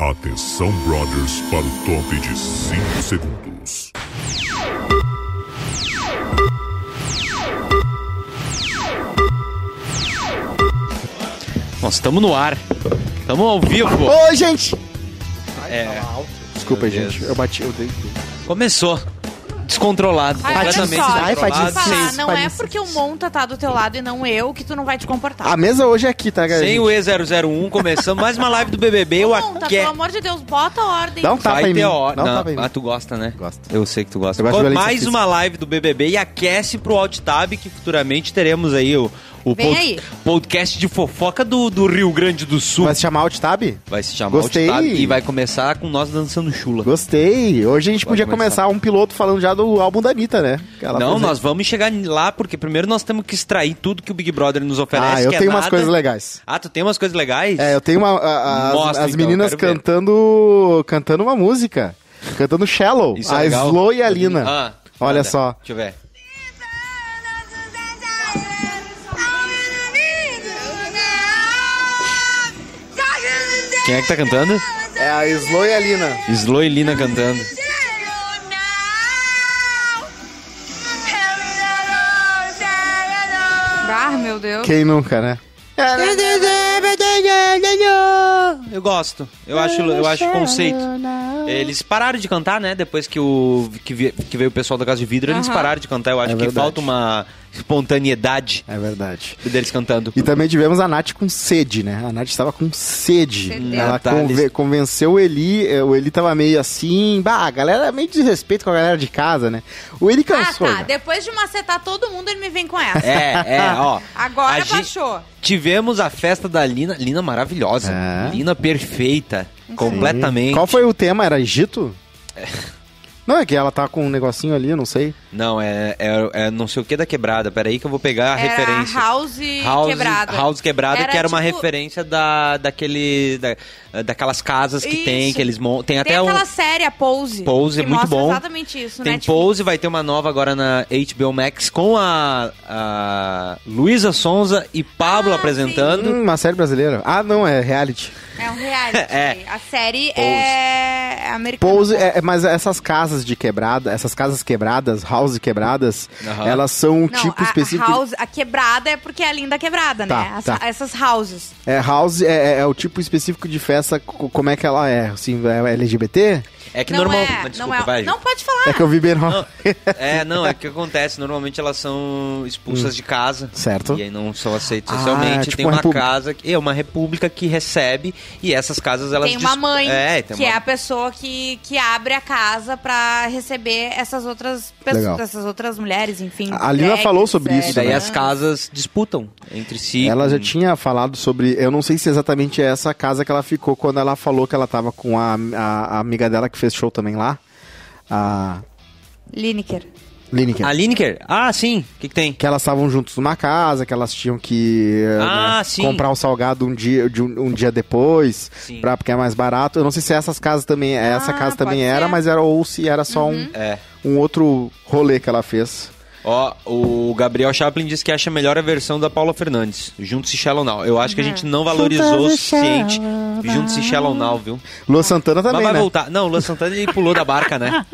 Atenção, brothers, para o top de 5 segundos. Nós estamos no ar. Estamos ao vivo. Ô, gente! É, Desculpa, Meu gente. Deus. Eu bati, eu dei. começou. Descontrolado. Ai, olha completamente só, Ai, faz descontrolado. isso. falar, Seis, não é quarenta e porque o Monta tá do teu lado e não eu que tu não vai te Ah, comportar. A mesa hoje é aqui, tá, galera? Sem o E001, começamos mais uma live do BBB. Eu é- Monta, aqui. tá pelo amor de Deus, bota a ordem. Dá um tapa Vai ter em mim. hora. Dá um Não, tapa em mim. ah, tu gosta, né? Gosto. Eu sei que tu gosta. Eu gosto de Bom, violência mais física. uma live do BBB e aquece pro Alt Tab, que futuramente teremos aí o, o Vem pod- aí. podcast de fofoca do, do Rio Grande do Sul. Vai se chamar Alt Tab? Vai se chamar Alt Gostei. Tab e vai começar com nós dançando chula. Gostei. Hoje a gente Vai podia começar. começar. um piloto falando já do álbum da Anitta, né? Que ela Não, fez- nós vamos chegar lá, porque primeiro nós temos que extrair tudo que o Big Brother nos oferece. Ah, eu que é tenho umas nada. coisas legais. Ah, tu tem umas coisas legais? É, eu tenho uma. a- a- Mostra, as então, meninas quero ver. cantando. cantando uma música. Cantando Shallow. Isso é a legal. Slow e a Lina. Ah, Olha manda. só. Deixa eu ver. Quem é que tá cantando? É a Slow e a Lina. Slow e Lina cantando. Ah, meu Deus. Quem nunca, né? Eu gosto. Eu acho, eu acho o conceito. Eles pararam de cantar, né? Depois que, o, que, vi- que veio o pessoal da Casa de Vidro, eles Aham. pararam de cantar. Eu acho É que verdade. falta uma espontaneidade É verdade. deles cantando. E também tivemos a Nath com sede, né? A Nath estava com sede. Sede. Ela Natália. conve- convenceu o Eli, eh, o Eli tava meio assim, bah, a galera meio desrespeito com a galera de casa, né? O Eli Ah, cansou. né? tá. já. Depois de macetar todo mundo, ele me vem com essa. É, é, ó. Agora A gente- baixou. Tivemos a festa da Lina. Lina maravilhosa. É. Lina perfeita. Completamente. Qual foi o tema? Era Egito? Não, é que ela tá com um negocinho ali, eu não sei. Não, é, é, é não sei o que da quebrada. Peraí que eu vou pegar a Era referência. House, Quebrada. House Quebrada, Era que era uma tipo- referência da, daquele, da- daquelas casas que tem, Isso. que eles montam. Tem até Tem aquela um... série, a Pose. Pose, é que muito mostra bom. exatamente isso, Tem né? Tipo, Pose, vai ter uma nova agora na HBO Max com a, a Luísa Sonza e Pablo Ah, apresentando. Hum, uma série brasileira. Ah, não, é reality. É um reality. É. A série é americana. Pose, é- é- mas essas casas de quebrada, essas casas quebradas, house quebradas, Aham. elas são um Não, tipo a, específico. A, house, a quebrada é porque é a linda quebrada, né? Tá, As- tá. Essas houses. É, house é, é- é o tipo específico de festa, co- como é que ela é? Assim, é LGBT? É que não normal. É, Mas não, Desculpa, é, vai. não Ju. pode falar. É que eu vi bem no... Não, é, não, é que acontece. Normalmente elas são expulsas de casa. Hum. Certo. E aí não são aceitas Ah, socialmente. tipo tem uma uma, república. casa, que- é uma república que recebe e essas casas elas tem uma dis- mãe, É, tem que uma... é a pessoa que, que abre a casa pra receber essas outras Legal. pessoas, essas outras mulheres, enfim. A Lina drags, falou sobre é, isso, E daí né? as casas disputam entre si. Ela já Hum. tinha falado sobre. Eu não sei se exatamente é essa casa que ela ficou quando ela falou que ela tava com a, a- a amiga dela que fez show também lá. A Lineker. Lineker. A Lineker? Ah, sim. O que, que tem? Que elas estavam juntos numa casa, que elas tinham que eh, Ah, né, sim. comprar um salgado um dia, de um, um dia depois, Sim. pra, porque é mais barato. Eu não sei se essas casas também. Essa Ah, casa também pode era, ser. mas era ou se era só É. um, um outro rolê que ela fez. Ó, o Gabriel Chaplin disse que acha melhor a versão da Paula Fernandes. Juntos e Shallow Now. Eu Ah. acho que a gente não valorizou o suficiente. Juntos e Shallow Now, viu? Lua Santana também, Mas vai né? voltar. Não, o Luan Santana ele pulou da barca, né?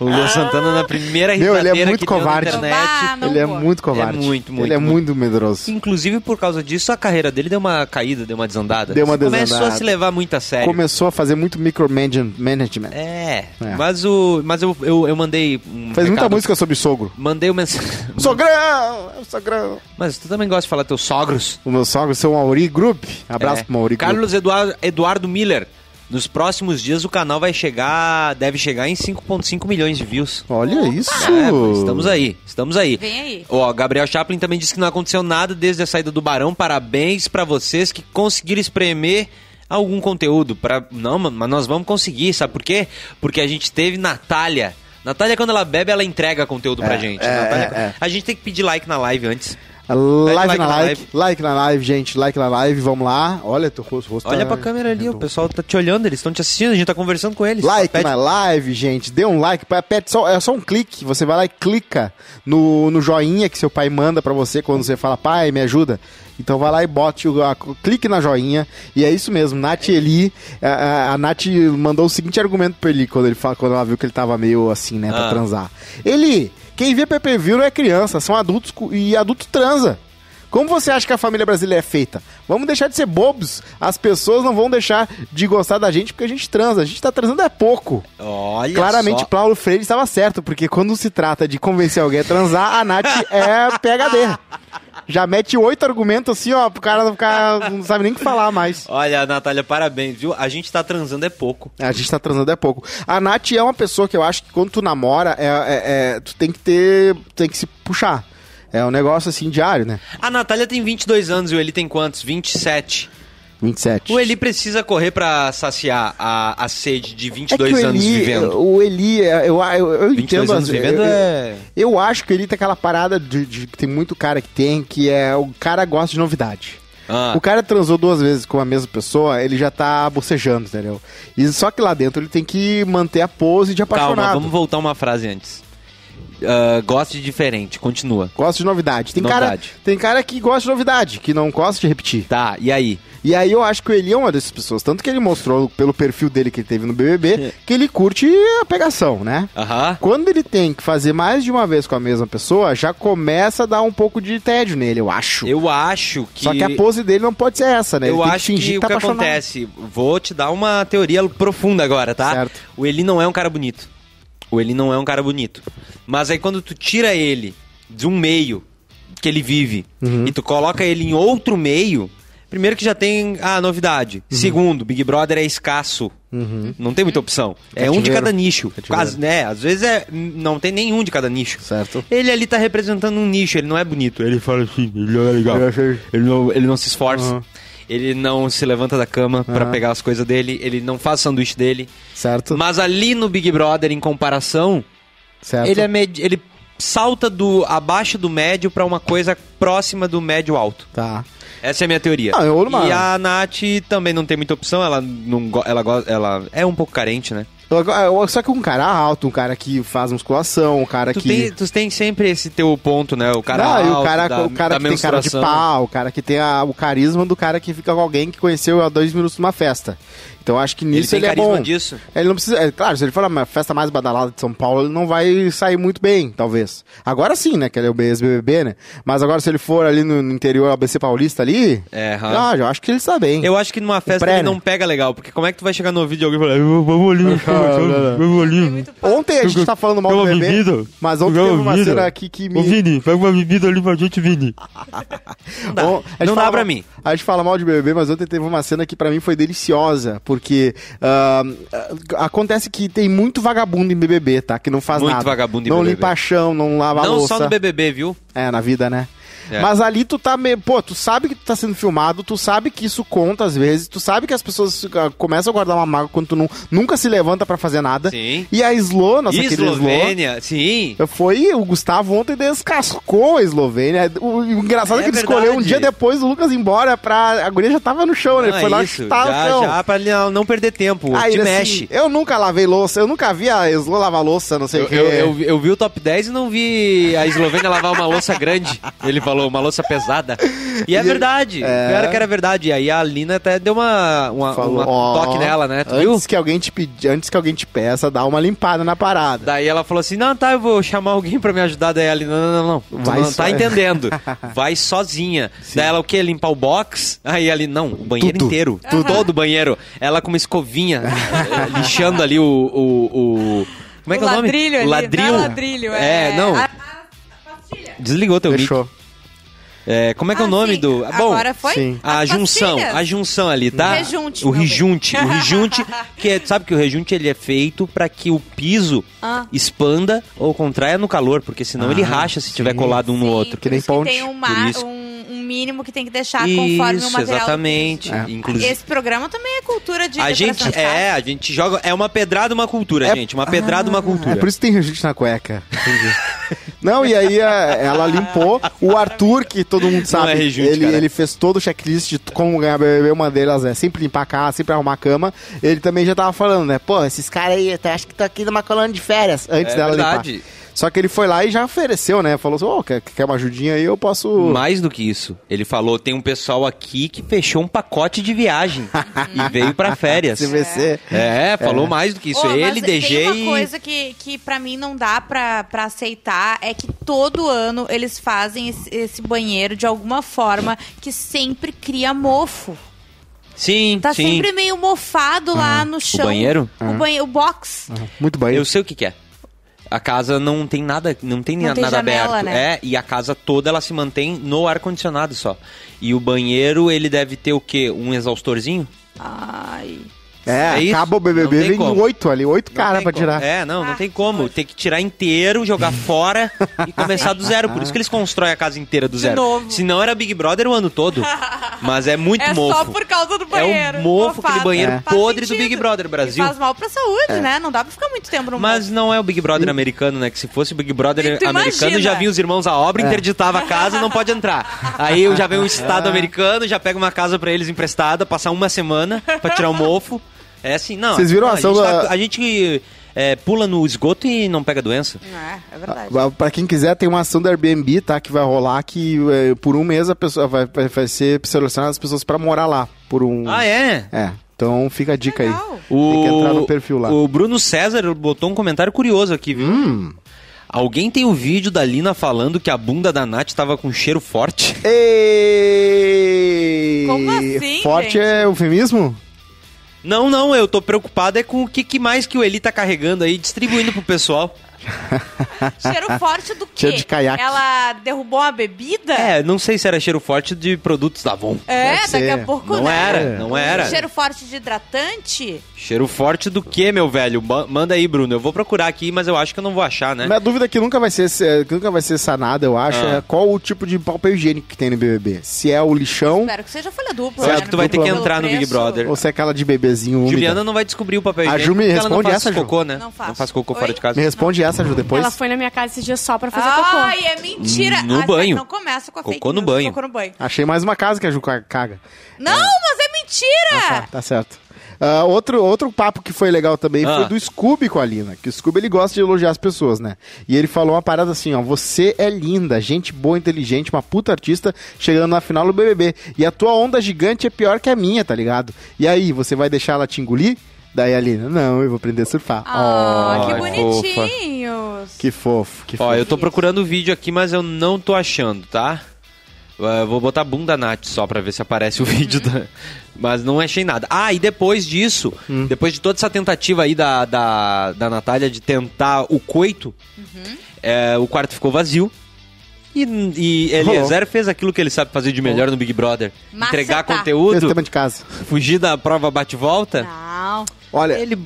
O Luan Santana na primeira Meu, ele é ritadeira muito que deu na covarde. internet. Ah, não Ele é vou. muito covarde. É muito, muito, Ele é muito medroso. Inclusive, por causa disso, a carreira dele deu uma caída, deu uma desandada. Deu uma Começou a desandada. se levar muito a sério. Começou a fazer muito micromanagement. É, É. mas o. Mas eu, eu, eu mandei. Um Fez muita recado. música sobre sogro. Mandei uma mensagem. Sogrão! é o Sogrão! Mas tu também gosta de falar teus sogros? Os meus sogros são Mauri Group. Abraço É. pro Mauri Group. Carlos Eduardo, Eduardo Miller. Nos próximos dias o canal vai chegar. Deve chegar em 5,5 milhões de views. Olha isso! É, pois, estamos aí, estamos aí. Vem aí. Ó, Gabriel Chaplin também disse que não aconteceu nada desde a saída do Barão. Parabéns pra vocês que conseguiram espremer algum conteúdo. Pra... Não, mano, mas nós vamos conseguir, sabe por quê? Porque a gente teve Natália. É, Natália, quando ela bebe, ela entrega conteúdo pra gente. Natália- A gente tem que pedir like na live antes. Live like na na like, like, na live, gente, like na live, vamos lá. Olha teu rosto, rosto Olha tá- pra câmera ali, o pessoal tá te olhando, eles estão te assistindo, a gente tá conversando com eles. Like Pede- na live, gente. Dê um like. Aperte só, é só um clique. Você vai lá e clica no, no joinha que seu pai manda pra você quando você fala, pai, me ajuda. Então vai lá e bote o. a- clique na joinha. E é isso mesmo. Nath Eli. A, a, a Nath mandou o seguinte argumento pra ele quando, ele fala, quando ela viu que ele tava meio assim, né? Pra Ah. transar. Eli, quem vê PPV não é criança, são adultos cu- e adulto transa. Como você acha que a família brasileira é feita? Vamos deixar de ser bobos. As pessoas não vão deixar de gostar da gente porque a gente transa. A gente tá transando é pouco. Olha Claramente, é só. Paulo Freire estava certo, porque quando se trata de convencer alguém a transar, a Nath é PHD. Já mete oito argumentos assim, ó, pro cara não ficar. não sabe nem o que falar mais. Olha, Natália, parabéns, viu? A gente tá transando é pouco. A gente tá transando é pouco. A Nath é uma pessoa que eu acho que quando tu namora, é, é- é- tu tem que ter. tem que se puxar. É um negócio assim diário, né? A Natália tem 22 anos e o Eli tem quantos? 27. 27. O Eli precisa correr pra saciar a, a sede de 22 anos É Eli, vivendo. O Eli, eu, eu, eu, eu 22 entendo. anos as- vivendo eu, é... eu acho que ele tem aquela parada de, de- que tem muito cara que tem, que é o cara gosta de novidade. Ah, O cara transou duas vezes com a mesma pessoa, ele já tá bocejando, entendeu? E só que lá dentro ele tem que manter a pose de apaixonado. calma, vamos voltar uma frase antes. Ah, gosta de diferente, continua. Gosta de novidade. Tem, Novidade. Cara, tem cara que gosta de novidade, que não gosta de repetir. Tá, e aí? E aí eu acho que o Eli é uma dessas pessoas. Tanto que ele mostrou pelo perfil dele que ele teve no BBB, que ele curte a pegação, né? Aham. Quando ele tem que fazer mais de uma vez com a mesma pessoa, já começa a dar um pouco de tédio nele, eu acho. Eu acho que... Só que a pose dele não pode ser essa, né? Ele Eu tem acho que, fingir o tá que apaixonado. acontece, vou te dar uma teoria profunda agora, tá? Certo. O Eli não é um cara bonito. O Eli não é um cara bonito. Mas aí quando tu tira ele de um meio que ele vive Uhum. e tu coloca ele em outro meio, primeiro que já tem a novidade. Uhum. Segundo, Big Brother é escasso. Não tem muita opção. É um de Cativeiro. cada nicho. Cativeiro. Quase, né? Às vezes é, não tem nenhum de cada nicho. Certo. Ele ali tá representando um nicho, ele não é bonito. Ele fala assim, ele não é legal. Eu achei- Ele não, ele não se esforça. Aham. Ele não se levanta da cama pra Aham. pegar as coisas dele. Ele não faz sanduíche dele. Certo. Mas ali no Big Brother, em comparação, certo. ele, é med- ele salta do abaixo do médio pra uma coisa próxima do médio alto. Tá. Essa é a minha teoria. Ah, eu, mano. e a Nath também não tem muita opção. Ela não go- ela, go- ela é um pouco carente, né? Eu- eu- Só que um cara alto, um cara que faz musculação, um cara Tu, que. tem, tu tem sempre esse teu ponto, né? O cara não, e alto, o cara, da- o cara da que tem cara de menstruação. pau, o cara que tem a- o carisma do cara que fica com alguém que conheceu há dois minutos numa festa. Então eu acho que Ele nisso tem ele, é carisma bom. disso. Ele não precisa. é, claro, se ele for na festa mais badalada de São Paulo, ele não vai sair muito bem, talvez. Agora sim, né? Que ele é o BSBB, né? Mas agora, se ele for ali no, no interior ABC Paulista ali, É, aham. ah, eu acho que ele está bem. Eu acho que numa festa pré, ele né? não pega legal, porque como é que tu vai chegar no vídeo e alguém falar, "Eu- vamos ali, nós conversamos, vamos ali. Ontem a gente tá falando mal do Pegou a bebê, bebida? mas ontem teve Pegou a uma bebida? cena aqui que me. Ô Vini, pega uma bebida ali pra gente, Vini. Não dá, Bom, a gente não dá fala pra mal- mim. A gente fala mal de BBB, mas ontem teve uma cena que pra mim foi deliciosa, porque ah, ah, acontece que tem muito vagabundo em BBB, tá? Que não faz Muito nada. vagabundo em não BBB. limpa chão, não lava Não louça. só no BBB, viu? É, na vida, né? É. Mas ali tu tá meio. Pô, tu sabe que tu tá sendo filmado, tu sabe que isso conta às vezes, tu sabe que as pessoas ah, começam a guardar uma mágoa quando tu não, nunca se levanta pra fazer nada. Sim. E a Slo, nossa querida Slo, Eslovênia, sim. foi, o Gustavo ontem descascou a Eslovênia. O, o engraçado É é que ele escolheu um verdade. dia depois o Lucas ir embora pra. A guria já tava no chão, né? Ele Ah, foi lá isso, chutar o já, chão. já, pra ele não- não perder tempo, Aí te ele mexe. assim, eu nunca lavei louça, eu nunca vi a Slo lavar louça, não sei é. o eu, que. eu, eu- eu vi o top 10 e não vi a Eslovênia lavar uma louça grande. Ele falou, uma louça pesada. E é verdade. Pior que era verdade. E aí a Lina até deu uma, uma, Falou, uma ó, toque nela, né? Tu antes viu? Que alguém te pedi, antes que alguém te peça, dá uma limpada na parada. Daí ela falou assim: não, tá, eu vou chamar alguém pra me ajudar. Daí ela, não, não, não, não. Tu Vai não tá só- entendendo. Vai sozinha. Daí ela, o quê? Limpar o box? Aí ali, não, o banheiro Tudo. inteiro. Todo o banheiro. Ela com uma escovinha, eh, lixando ali o. o, o- como é que é o nome? ladrilho ali, Ladrilho. não é ladrilho, é- É, não. a- a- a pastilha. Desligou teu mic. Fechou. É, como é que é o Ah, nome sim. do. ah, Bom, Agora foi? sim. A As junção, pastilhas. a junção ali, tá? Rejunte, O talvez. rejunte, o rejunte, que é- sabe que o rejunte ele é feito pra que o piso Ah. expanda ou contraia no calor, porque senão ele racha se tiver colado um no Sim, outro. Que nem por isso ponte, Tem um, mar- por isso. um, um mínimo que tem que deixar conforme o Isso, material. exatamente. É. Inclusive, Esse programa também é cultura de a gente depressão, sabe? é, a gente Ah. joga é uma pedrada uma cultura, gente, uma pedrada uma É cultura. por isso que tem gente na cueca. Entendi. Não, e aí a- ela limpou. O Arthur, que todo mundo sabe, é rejunte, ele, cara. ele fez todo o checklist de como ganhar BBB. Uma delas é sempre limpar a casa, sempre arrumar a cama. Ele também já tava falando, né? Pô, esses caras aí, até acho que tô aqui numa colônia de férias. Antes É dela verdade. limpar. Só que ele foi lá e já ofereceu, né? Falou assim, ô, quer, quer uma ajudinha aí? Eu Uh. posso... Mais do que isso, ele falou: tem um pessoal aqui que fechou um pacote de viagem e veio pra férias. se vencer. É, falou mais do que isso. Ô, mas ele, DG Tem e. uma coisa que, que pra mim não dá pra, pra aceitar, é que todo ano eles fazem esse, esse banheiro de alguma forma que sempre cria mofo. Sim, Tá sim. Hum. sempre meio mofado lá no chão. banheiro? Hum. O, banhe- o box. Muito bem. Eu sei o que, que é. A casa não tem nada, não tem Não nada tem janela, aberto. né? É, e a casa toda ela se mantém no ar condicionado só. E o banheiro, ele deve ter o quê? Um exaustorzinho? Ai. é É, isso? acaba o Não BBB, tem vem como. oito ali, oito Não caras tem pra como. tirar. É, não, não Ah, tem como. Tem que tirar inteiro, jogar fora e começar do zero. Por isso que eles constroem a casa inteira do De zero. novo. Senão era Big Brother o ano todo. Mas é muito é mofo. só por causa do banheiro. é o mofo, aquele mofado. banheiro É. podre do Faz Big sentido. Brother Brasil. É. E faz mal pra saúde, né? Não dá pra ficar muito tempo no Mas não é o Big Hum? Brother americano, né? Que se fosse o Big Brother Tu americano, imagina. já vinha os irmãos à É. obra, interditava a casa, não pode entrar. Aí eu já vem um Ah. estado americano, já pega uma casa pra eles emprestada, passar uma semana pra tirar o mofo. É assim, não. Vocês viram a não, ação gente tá- da- A gente é, pula no esgoto e não pega doença. Não é, é verdade. Ah, Pra quem quiser, tem uma ação da Airbnb, tá? Que vai rolar que eh, por um mês a pessoa vai, vai- vai ser selecionada as pessoas pra morar lá. Por um. Ah, é? É. Então fica a dica Legal. aí. Tem que entrar no perfil lá. O Bruno César botou um comentário curioso aqui, viu? Hum. Alguém tem o vídeo da Lina falando que a bunda da Nath tava com cheiro forte? Ei! Como assim, Forte gente? é eufemismo? Não, não, eu tô preocupado é com o que, que mais que o Eli tá carregando aí, distribuindo pro pessoal. Cheiro forte do quê? Cheiro de caiaque. Ela derrubou uma bebida? É, não sei se era cheiro forte de produtos Tá da Avon. É, Deve daqui ser. a pouco Não né? era, não era. Cheiro forte de hidratante? Cheiro forte do que, meu velho? Ma- Manda aí, Bruno. Eu vou procurar aqui, mas eu acho que eu não vou achar, né? Minha dúvida que nunca vai ser, eh, que nunca vai ser sanada, eu acho, Ah. é qual o tipo de papel higiênico que tem no BBB. Se é o lixão Espero que seja folha dupla. Eu né? acho que tu vai ter que Pelo entrar no Big preço. Brother. ou se é aquela de bebezinho úmido. Juliana não vai descobrir o papel A higiênico. Ju me porque ela não responde faz essa, Ju. cocô, né? Não faço. faz cocô Oi? fora de casa. Me responde essa, Ju, depois. Ela foi na minha casa esse dia só pra fazer cocô. Ai, é mentira. No Ah, mas banho. Não começa com a Cocô fake no news, banho. É. Cocô no banho. Achei mais uma casa que a Ju ca- caga. Não, mas é mentira. Tá, tá certo. Ah, outro, outro papo que foi legal também Ah. foi do Scooby com a Lina. Que o Scooby ele gosta de elogiar as pessoas, né? E ele falou uma parada assim: ó, você é linda, gente boa, inteligente, uma puta artista, chegando na final do BBB. E a tua onda gigante é pior que a minha, tá ligado? E aí, você vai deixar ela te engolir? Daí a Lina: não, eu vou aprender a surfar. Ai, Ah, que fofa. bonitinhos. Que fofo, que Ó, fofo. eu tô procurando o vídeo aqui, mas eu não tô achando, tá? Eu vou botar bunda Nath só pra ver se aparece o vídeo. da- Mas não achei nada. Ah, e depois disso, Hum. depois de toda essa tentativa aí da, da, da Natália de tentar o coito, é, o quarto ficou vazio. E, e Eliezer fez aquilo que ele sabe fazer de melhor no Big Brother: Macetar. entregar Esse conteúdo, tema de casa. fugir da prova bate-volta. Não. Olha, Ele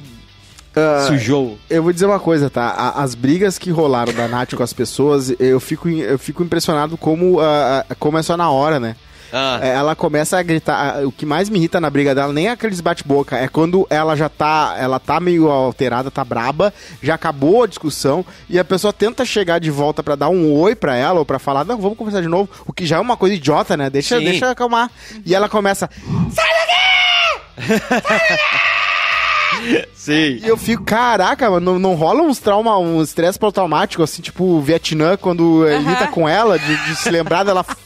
ah, sujou. Eu vou dizer uma coisa, tá? A- as brigas que rolaram da Nath com as pessoas, eu fico, em- eu fico impressionado como, ah, ah, como é só na hora, né? Ah. É, Ela começa a gritar. ah, O que mais me irrita na briga dela nem é aqueles bate-boca, é quando ela já tá. Ela tá meio alterada, tá braba, já acabou a discussão e a pessoa tenta chegar de volta pra dar um oi pra ela ou pra falar, não, vamos conversar de novo, o que já é uma coisa idiota, né? Deixa, Sim. deixa eu acalmar. E ela começa. Sim. E eu fico, caraca, mano, não, não rola uns trauma, um estresse pós-traumático, assim, tipo o Vietnã, quando ele lida com ela, de, de se lembrar dela f-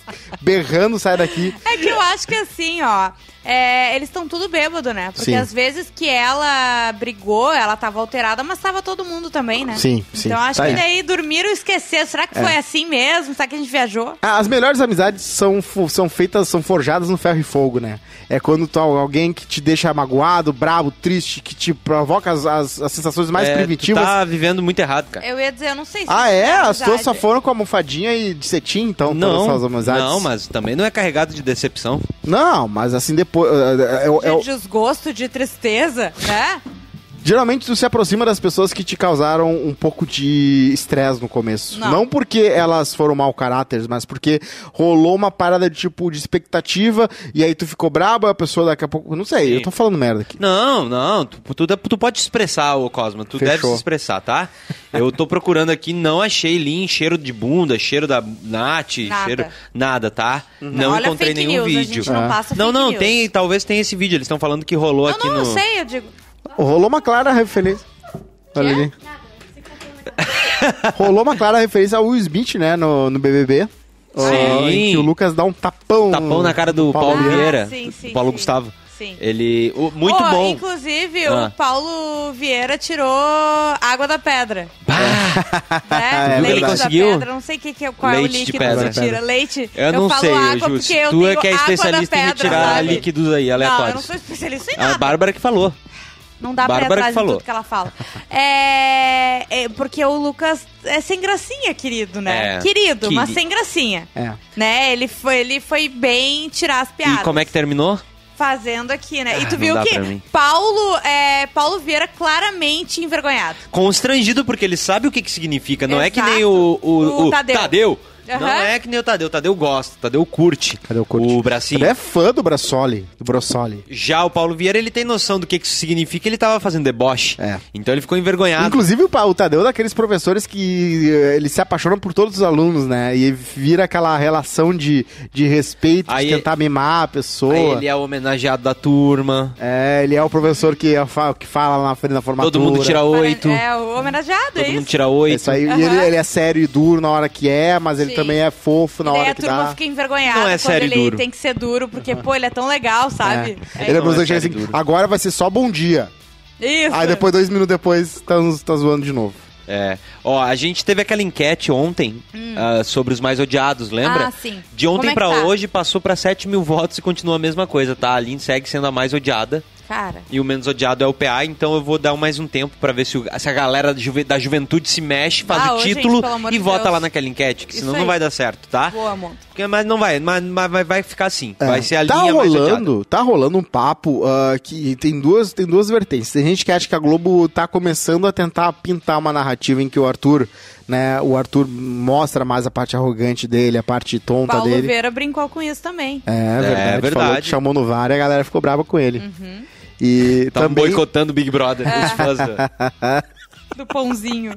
berrando, sai daqui. É que eu acho que assim, ó. é, eles estão tudo bêbado, né? Porque Sim. às vezes que ela brigou, ela tava alterada, mas tava todo mundo também, né? Sim, sim. Então acho Tá que aí. daí dormiram e esqueceram. Será É. que foi assim mesmo? Será que a gente viajou? Ah, As melhores amizades são, fo- são feitas, são forjadas no ferro e fogo, né? É quando tu, alguém que te deixa magoado, bravo, triste, que te provoca as, as- as sensações mais É, tu primitivas. tá vivendo muito errado, cara. Eu ia dizer, eu não sei se. Ah, é? isso As tuas só amizade. foram com a almofadinha e de cetim, então, Não, todas as amizades? não, mas também não é carregado de decepção. Não, mas assim, depois... ah, ah, eh, Eu, eu, De desgosto, de tristeza, né? Geralmente tu se aproxima das pessoas que te causaram um pouco de estresse no começo. Não. Não. porque elas foram mau caráter, mas porque rolou uma parada de tipo de expectativa e aí tu ficou brabo, a pessoa daqui a pouco. Não sei, Sim. eu tô falando merda aqui. Não, não, tu, tu, tu pode te expressar, ô Cosma, tu Fechou. deve se expressar, tá? Eu tô procurando aqui, não achei Lean, cheiro de bunda, cheiro da Nath, Nada. Uhum. cheiro. Nada, tá? Não Olha encontrei fake nenhum news, a gente vídeo. não Ah. passa Não, fake não, news. tem, talvez tenha esse vídeo, eles estão falando que rolou Não, aqui não, no. eu sei, eu digo. Rolou uma clara referência. Olha ali. Rolou uma clara referência ao Will Smith, né, no, no BBB. Sim. Em que o Lucas dá um tapão. Tapão na cara do Paulo Paulo Vieira, Vieira. Ah, Sim, do sim, Paulo sim. Gustavo. Sim. Ele, o- É muito Pô, bom. Inclusive, Ah. o Paulo Vieira tirou água da pedra. Bah! Né? É leite verdade. da Conseguiu? pedra. Não sei que, que, qual Leite é de o líquido pedra. que tu tira. Leite. Eu não falo sei, água Jus. porque eu Tu é tenho que é água da especialista em pedra, retirar Ah, sabe? líquidos aí Não, eu não aleatórios. sou especialista em a nada. Bárbara que falou. Não dá pra ir Bárbara que atrás de falou. tudo que ela fala. É, é, porque o Lucas é sem gracinha, querido, né? É. Querido, mas Queri- sem gracinha. É. Né? Ele foi, ele foi bem tirar as piadas. E como é que terminou? Fazendo aqui, né? e Ah, tu não viu dá pra que mim. Paulo, é, Paulo Vieira claramente envergonhado. constrangido, porque ele sabe o que, que significa. Não é que Exato. nem o, o, O o Tadeu. Tadeu. Não Aham. é que nem o Tadeu. O Tadeu gosta, o Tadeu curte. Cadê o corte? O bracinho. Ele é fã do Brassoli, do Brossoli. Já o Paulo Vieira, ele tem noção do que, que isso significa. Ele tava fazendo deboche. É. Então ele ficou envergonhado. Inclusive o Pa- o Tadeu é daqueles professores que eh, eles se apaixonam por todos os alunos, né? E vira aquela relação de, de respeito, Aí- é- de tentar mimar a pessoa. Aí ele é o homenageado da turma. É, ele é o professor que, é fa- que fala lá na frente da formatura. Todo mundo tira oito. É, o homenageado, Todo é mundo isso. tira É oito. Isso aí, Aham. e ele, ele é sério e duro na hora que é, mas ele Sim. também é fofo na E daí hora a que turma dá. fica envergonhada Não é quando sério e ele duro. tem que ser duro, porque, pô, ele é tão legal, sabe? É. Ele é Não, professor é que chega assim, sério e duro. agora vai ser só bom dia. Isso. Aí depois, dois minutos depois, tá, tá zoando de novo. É. Ó, a gente teve aquela enquete ontem ah, sobre os mais odiados, lembra? Hum. Ah, sim. De Como ontem é que pra tá? hoje passou pra 7 mil votos e continua a mesma coisa, tá? A Lin segue sendo a mais odiada. Cara. e o menos odiado é o PA, então eu vou dar mais um tempo pra ver se, o- se a galera da juve- da juventude se mexe, faz Ah, o ô, título gente, pelo amor e de vota Deus. lá naquela enquete, que Isso senão aí. não vai dar certo, tá? Boa, amor. Porque, mas não vai, mas, mas- mas vai ficar assim. Vai ser a tá linha mais odiada. rolando, Tá rolando um papo ah, que tem duas, tem duas vertentes. Tem gente que acha que a Globo tá começando a tentar pintar uma narrativa em que o Arthur, né, o Arthur mostra mais a parte arrogante dele, a parte tonta Paulo dele. Vieira brincou com isso também. É verdade, Falou verdade. que chamou no VAR e a galera ficou brava com ele. E Tão também boicotando o Big Brother. É. Os fãs né? da- É. Do pãozinho.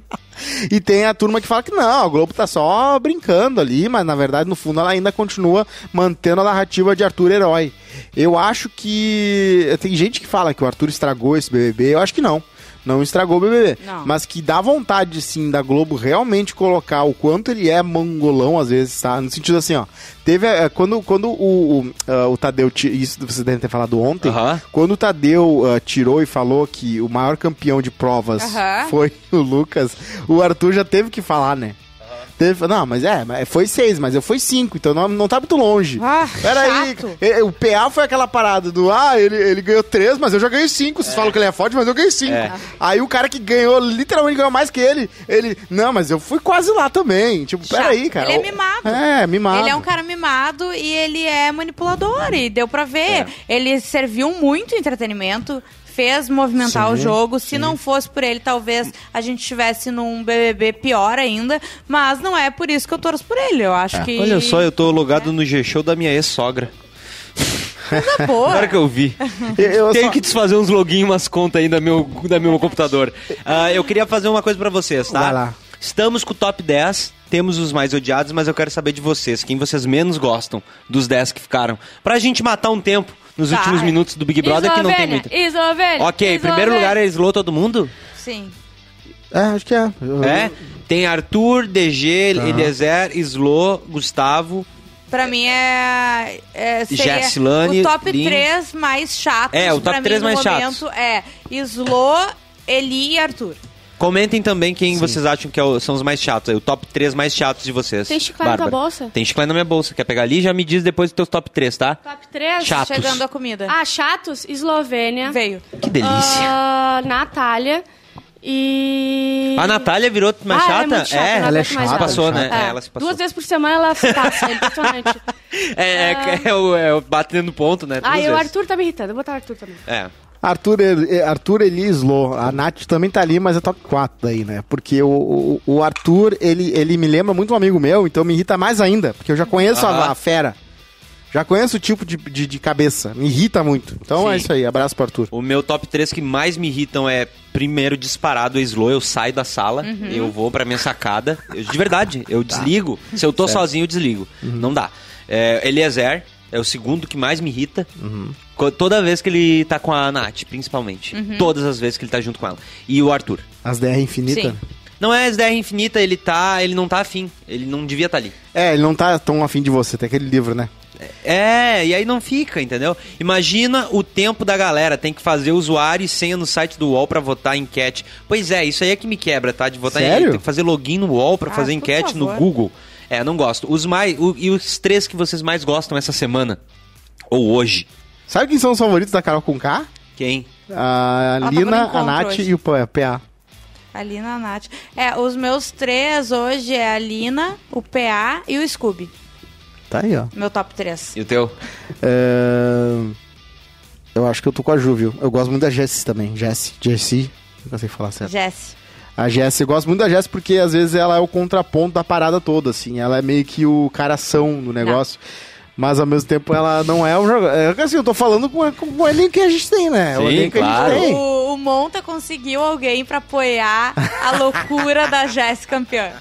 e tem a turma que fala que não, a Globo tá só brincando ali, mas na verdade no fundo ela ainda continua mantendo a narrativa de Arthur herói. Eu acho que tem gente que fala que o Arthur estragou esse BBB, eu acho que não. Não estragou o BBB, Não. mas que dá vontade sim da Globo realmente colocar o quanto ele é mongolão às vezes, tá? No sentido assim, ó, teve eh, quando quando o o, ah, o Tadeu ti- isso vocês devem ter falado ontem, Aham. quando o Tadeu ah, tirou e falou que o maior campeão de provas Aham. foi o Lucas, o Arthur já teve que falar, né? Teve, não, mas é, mas foi seis, mas eu fui cinco, então não, não tá muito longe. Ah, Peraí, chato. eh, o PA foi aquela parada do, ah, ele, ele ganhou três, mas eu já ganhei cinco. Vocês falam que ele é forte, mas eu ganhei cinco. É. Aí o cara que ganhou, literalmente ganhou mais que ele, ele, não, mas eu fui quase lá também. Tipo, Chato. peraí, cara. Ele é O- mimado. É, mimado. Ele é um cara mimado e ele é manipulador, e deu pra ver. É. Ele serviu muito entretenimento, fez movimentar Sim, o jogo. Se não fosse por ele, talvez a gente estivesse num BBB pior ainda, mas não é por isso que eu torço por ele. Eu acho que. É. Olha só, eu tô logado no G-Show da minha ex-sogra. Coisa boa. Agora que eu vi. Eu- eu Tenho só- que desfazer uns login, umas contas aí da meu, da meu computador. Ah, eu queria fazer uma coisa pra vocês, tá? Vai lá. Estamos com o top 10, temos os mais odiados, mas eu quero saber de vocês, quem vocês menos gostam dos 10 que ficaram. Pra gente matar um tempo nos Tá. últimos minutos do Big Brother, que não tem muito. Eslovênia. Ok, em primeiro lugar é Slow todo mundo? Sim. É, acho que é. Eu- É? Tem Arthur, DG, Tá. Eliezer, Slow, Gustavo. Pra mim é. é seria Gessilane, o top Lin. 3 mais chato. É, o top pra três mim, mais no chatos. momento é Slo, Eli e Arthur. Comentem também quem vocês acham que é o- são os mais chatos, aí, o top 3 mais chatos de vocês. Tem chiclete na Bárbara. tua bolsa? Tem chiclete na minha bolsa. Quer pegar ali? Já me diz depois os teus top 3, tá? Top 3. Chato. Atos. Chegando a comida. Ah, chatos, Eslovênia. Veio. Que delícia. ah, Natália. E. A Natália virou mais Ah, chata? ela é muito chata, eu não ela é aguento mais chata, ela. passou, chata. né? É, É, ela se passou. Duas vezes por semana ela passa, é impressionante. É, é, é o, é o batendo ponto, né? Ah, Duas e Ah, é o vezes. Arthur tá me irritando, eu vou botar o Arthur também. É. Arthur, El- eh, Arthur Elislo, a Nath também tá ali, mas é top 4 daí, né? Porque o, o, o Arthur, ele, ele me lembra muito um amigo meu, então me irrita mais ainda, porque eu já conheço a- Aham. a, fera. Já conheço o tipo de, de, de cabeça. Me irrita muito. Então é Sim. isso aí. Abraço pro Arthur. O meu top 3 que mais me irritam é, primeiro, disparado o slow, eu saio da sala, eu vou pra minha sacada. Eu- de verdade, eu desligo. Se eu tô sozinho, eu desligo. Não dá. É, Eliezer é o segundo que mais me irrita. Co- Toda vez que ele tá com a Nath, principalmente. Todas as vezes que ele tá junto com ela. E o Arthur. As DR infinita. Sim. né? Não é SDR infinita, ele tá. Ele não tá afim. Ele não devia estar tá ali. É, ele não tá tão afim de você. Tem aquele livro, né? É, e aí não fica, entendeu? Imagina o tempo da galera, tem que fazer usuário e senha no site do UOL pra votar em enquete. Pois é, isso aí é que me quebra, tá? De votar em Sério? tem que fazer login no UOL pra Ah, fazer por enquete no favor. Google. É, não gosto. Os mais o- e os três que vocês mais gostam essa semana ou hoje. Sabe quem são os favoritos da Carol com K? Quem? A tava no Lina, a tá um encontro Nath hoje. e o P- PA. Ali na Nath. É, os meus três hoje é a Lina, o PA e o Scooby. Tá aí, ó. Meu top 3. E o teu? É, Eu acho que eu tô com a Ju, viu? Eu gosto muito da Jessie também. Jessie. Jessie. Nunca sei falar certo. Jess. A Jessie, eu gosto muito da Jessie porque às vezes ela é o contraponto da parada toda, assim. Ela é meio que o caração do negócio. Mas ao mesmo tempo ela não é o jogador. É, assim, eu tô falando com, com o elenco que a gente tem, né? o Sim, elenco claro. que a gente tem. O, o Monta conseguiu alguém pra apoiar a loucura da Jess campeã.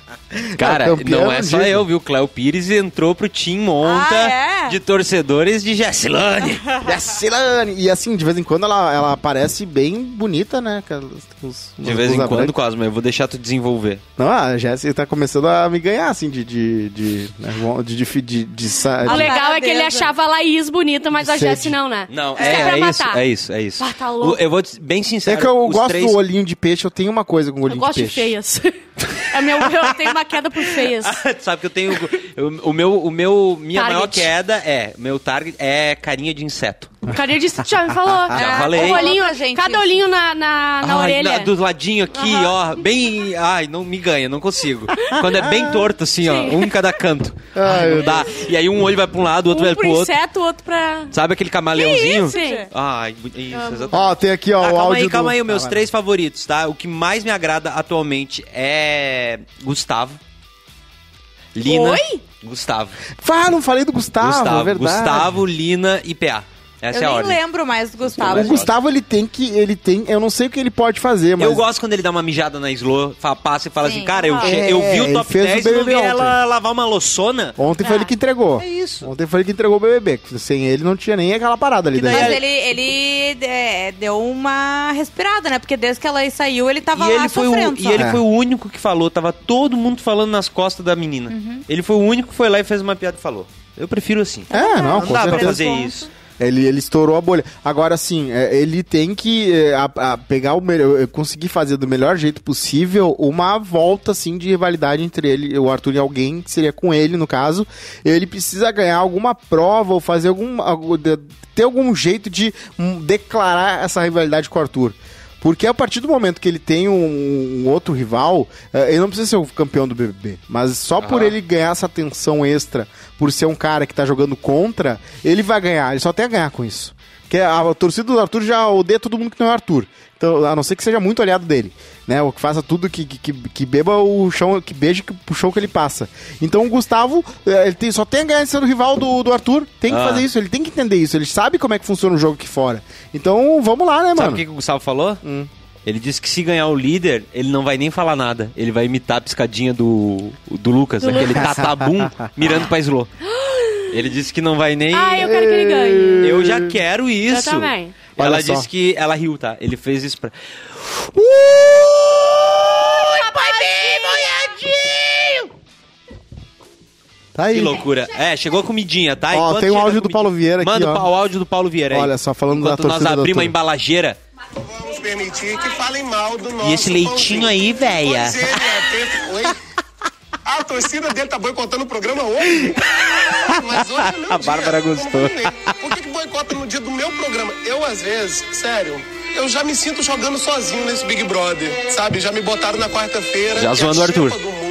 Cara, É, campeão não é só disso. eu, viu? Cléo Pires entrou pro Team Monta Ah, é? de torcedores de Jessilane. Jessilane! E assim, de vez em quando ela, ela aparece bem bonita, né? Com as- com os- De umas vez em blusas quando, brancas. Cosmo, eu vou deixar tu desenvolver. Não, a Jéssica tá começando a me ganhar, assim, de. de. de. né, de, de, de, de, sa- O Ah, de- legal é que ele Maravilhosa. achava a Laís bonita, mas De a Jessi sede. não, né? Não, Isso é é, pra é isso, matar. é isso, é isso. Ah, tá louco. O- Eu vou te- bem É sincero. que eu os gosto três... do olhinho de peixe, eu tenho uma coisa com o Eu olhinho de gosto de, peixe. feias. é meu, eu tenho uma queda por feias. Tu Sabe que eu tenho eu- o meu o meu minha Target. maior queda é, meu target é carinha de inseto. Cadê de já me falou? Já É, falei. o olhinho, Falou pra gente cada isso. olhinho na, na, Ah, na Ai, orelha. na- do ladinho aqui, ó, bem, ai, não me ganha, não consigo. Quando é Ah, bem torto assim, ó, um em cada canto. Ai, não dá. E aí um olho vai pra um lado, o outro um vai pro pro outro. inseto, outro pra... Sabe aquele camaleãozinho? Que isso, gente? Ai, isso, exatamente. Ó, Ah, tem aqui, ó, Tá, o calma áudio aí, calma do... aí, os meus Ah, vai. três favoritos, tá? O que mais me agrada atualmente é Gustavo. Lina. Oi? Gustavo. Fala, Ah, não falei do Gustavo, é Gustavo, verdade. Gustavo, Lina e PA. Essa é eu a nem ordem. lembro mais do Gustavo. O Gustavo, ele tem que... Ele tem... Eu não sei o que ele pode fazer, mas... Eu gosto quando ele dá uma mijada na Slow, fa- passa e fala Sim. assim, cara, eu, Ah. che- É, eu vi ele o top fez o 10 e não vi BBB ela lavar uma loçona. Ontem foi ele que entregou. É isso. Ontem foi ele que entregou o BBB. que Sem ele não tinha nem aquela parada ali. Que dentro. daí Mas ele, ele é, deu uma respirada, né? Porque desde que ela saiu, ele tava E lá ele, foi o, sofrendo. e só. ele É. foi o único que falou, tava todo mundo falando nas costas da menina. Uhum. Ele foi o único que foi lá e fez uma piada e falou. Eu prefiro assim. É, Não não, com dá pra certeza. fazer Ponto. isso. Ele, ele estourou a bolha. Agora, sim, é, ele tem que é, a- a pegar o melhor, é, conseguir fazer do melhor jeito possível uma volta, assim, de rivalidade entre ele, o Arthur e alguém, que seria com ele, no caso. Ele precisa ganhar alguma prova ou fazer algum. algu- de- ter algum jeito de hum, declarar essa rivalidade com o Arthur. Porque a partir do momento que ele tem um, um outro rival, eh, ele não precisa ser o campeão do BBB. Mas só por ele ganhar essa atenção extra, por ser um cara que tá jogando contra, ele vai ganhar. Ele só tem a ganhar com isso. Porque a, a torcida do Arthur já odeia todo mundo que não é o Arthur. Então, a não ser que seja muito olhado dele, né? Ou que faça tudo que, que, que- que beba o chão, que beije que, o chão que ele passa. Então o Gustavo, eh, ele tem, só tem a ganhar sendo rival do, do Arthur. Tem que Ah. fazer isso, ele tem que entender isso. Ele sabe como é que funciona o jogo aqui fora. Então vamos lá, né, Sabe mano? Hum. o que, que o Gustavo falou? Ele disse que se ganhar o líder, ele não vai nem falar nada. Ele vai imitar a piscadinha do, do Lucas, aquele tatabum mirando pra Slow. Ele disse que não vai nem. Ah, eu quero que ele ganhe. Eu já quero isso. também. Ela Olha só. disse que. Ela riu, tá? Ele fez isso pra. é Tá aí. Que loucura. É, chegou a comidinha, tá? Ó, Enquanto tem um chega a áudio do comidinha- Paulo Vieira aqui, Manda ó. pa- o áudio do Paulo Vieira aí. Olha só, falando da Enquanto nós torcida do abrimos a Arthur. embalageira. vamos permitir que falem mal do nosso E esse leitinho pãozinho. aí, véia. Pois ele é, tem- Oi? A torcida dele tá boicotando o programa hoje. Mas hoje é meu A dia, Bárbara como gostou. ninguém. Por que, que boicota no dia do meu programa? Eu, às vezes, sério, eu já me sinto jogando sozinho nesse Big Brother, sabe? Já me botaram na quarta-feira. Já que é a zoando o Arthur. xepa do humor.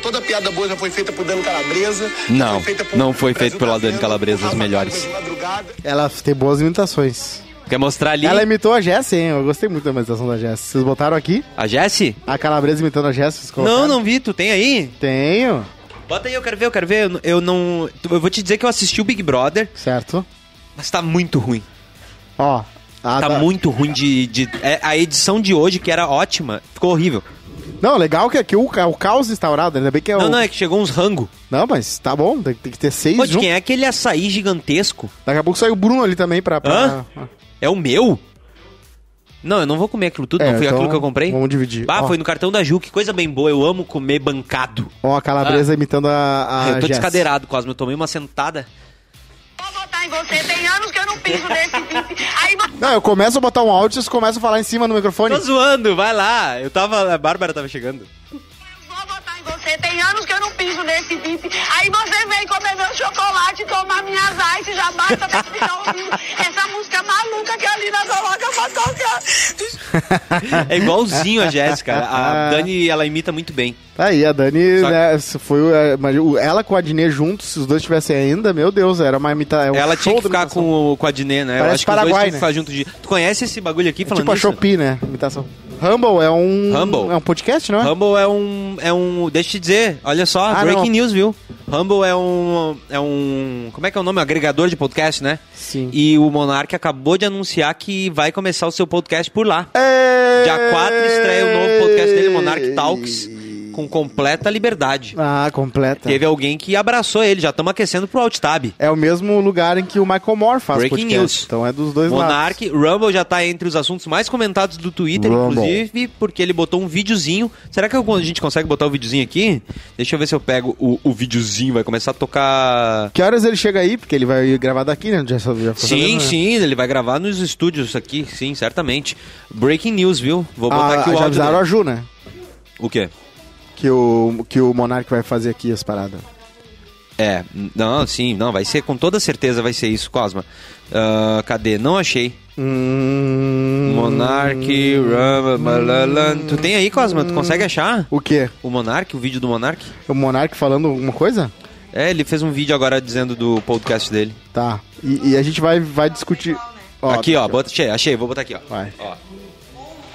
Toda piada boa já foi feita por Dani Calabresa. Não, feita por não foi feito Brasil pela Tá Dani Vendo, Calabresa, por as Rafa melhores. Kalimann de madrugada. Ela tem boas imitações. Quer mostrar ali Ela é imitou a Jess, hein? Eu gostei muito da imitação da Jess. Vocês botaram aqui a Jessie? a calabresa imitando a Jess? vocês colocaram? Não, não vi. Tu tem aí? Tenho. Bota aí, eu quero ver, eu quero ver. Eu, eu não. tu- Eu vou te dizer que eu assisti o Big Brother, Certo. mas tá muito ruim. Ó. a tá da- muito ruim de. de é, a edição de hoje, que era ótima, ficou horrível. Não, legal que aqui o, ca- o caos instaurado, ainda bem que é Não, o... não, é que chegou uns rango. Não, mas tá bom, tem, tem que ter seis Pô, de juntos. quem é aquele açaí gigantesco? Daqui a pouco saiu o Bruno ali também pra... pra... Hã? É o meu? Não, eu não vou comer aquilo tudo, É, não. Foi então, aquilo que eu comprei? vamos dividir. Ah, Ó. foi no cartão da Ju, que coisa bem boa. Eu amo comer bancado. Ó, a calabresa imitando a, a Ah. eu tô Ah, Jess. descadeirado, Cosmo. Eu tomei uma sentada. Vou votar em você, tem anos que eu não piso nesse Aí Não, eu começo a botar um áudio, vocês começam a falar em cima no microfone. Tô zoando, vai lá. Eu tava. A Bárbara tava chegando. vou votar em você, tem anos que eu não piso nesse bife. Aí você vem comer meu chocolate, tomar minhas ice, já basta ter que ficar ouvindo essa música maluca que a Lina coloca pra tocar. É igualzinho a Jéssica. A Dani, ela imita muito bem. Tá aí, a Dani, Só- né, se foi o- é, mas o- ela com a Dinê juntos, se os dois tivessem ainda, meu Deus, era uma é um imitação. ela tinha que ficar com, o- com a Diné, né? Parece eu acho que os Paraguai, dois tinham que né? ficar junto de. Tu conhece esse bagulho aqui É falando tipo a isso? Shopee, né? Imitação. Humble é um. Humble. É um podcast, não é? Humble é um. É um. Deixa eu te dizer, olha só, Ah, breaking não. news, viu? Humble é um. É um. Como é que é o nome? Agregador de podcast, né? Sim. E o Monark acabou de anunciar que vai começar o seu podcast por lá. É... Dia 4 estreia o novo podcast dele, Monark Talks, com completa liberdade. Ah, completa. Teve alguém que abraçou ele, já estamos aquecendo pro OutTab. É o mesmo lugar em que o Michael Moore faz Breaking podcast. news. Então é dos dois lados. Monark, Rumble já tá entre os assuntos mais comentados do Twitter, Rumble. inclusive, porque ele botou um videozinho. Será que eu- a gente consegue botar o videozinho aqui? Deixa eu ver se eu pego o, o videozinho, vai começar a tocar. Que horas ele chega aí? Porque ele vai gravar daqui, né? Já, já ficou Sim, sabendo, né? sim, ele vai gravar nos estúdios aqui, sim, certamente. Breaking news, viu? Vou botar Ah, aqui o já áudio. avisaram dele. a Ju, né? O quê? Que o, que o Monark vai fazer aqui as paradas. É, não, sim, não, vai ser, com toda certeza vai ser isso, Cosma. Ah, cadê? Não achei. Hum... Monark, Rumble, blá, Tu tem aí, Cosma? Tu consegue achar? O quê? O Monark, o vídeo do Monark? O Monark falando alguma coisa? É, ele fez um vídeo agora dizendo do podcast dele. Tá. E, e a gente vai, vai discutir. aqui, tá ó, bota, achei, achei, vou botar aqui, ó. Vai.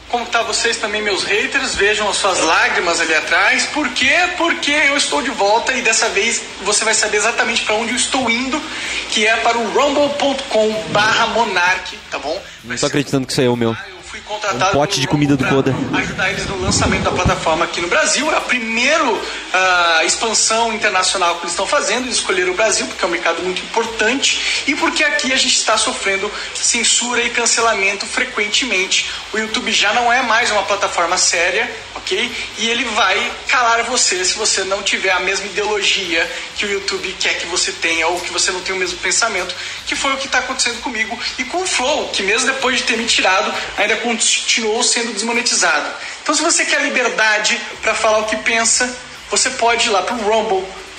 Como tá vocês também, meus haters? Vejam as suas lágrimas ali atrás. Por quê? Porque eu estou de volta e dessa vez você vai saber exatamente para onde eu estou indo, que é para o rumble.com barra monark, tá bom? Não tô acreditando que isso aí é o meu. Eu fui contratado Um pote pelo de comida do Google pra Coda. Ajudar eles no lançamento da plataforma aqui no Brasil. É a primeira ah, expansão internacional que eles estão fazendo. Eles escolheram o Brasil porque é um mercado muito importante e porque aqui a gente está sofrendo censura e cancelamento frequentemente. O YouTube já não é mais uma plataforma séria, ok? E ele vai calar você se você não tiver a mesma ideologia que o YouTube quer que você tenha ou que você não tenha o mesmo pensamento, que foi o que está acontecendo comigo e com o Flow, que mesmo depois de ter me tirado, ainda continuou sendo desmonetizado. Então, se você quer liberdade para falar o que pensa, você pode ir lá para o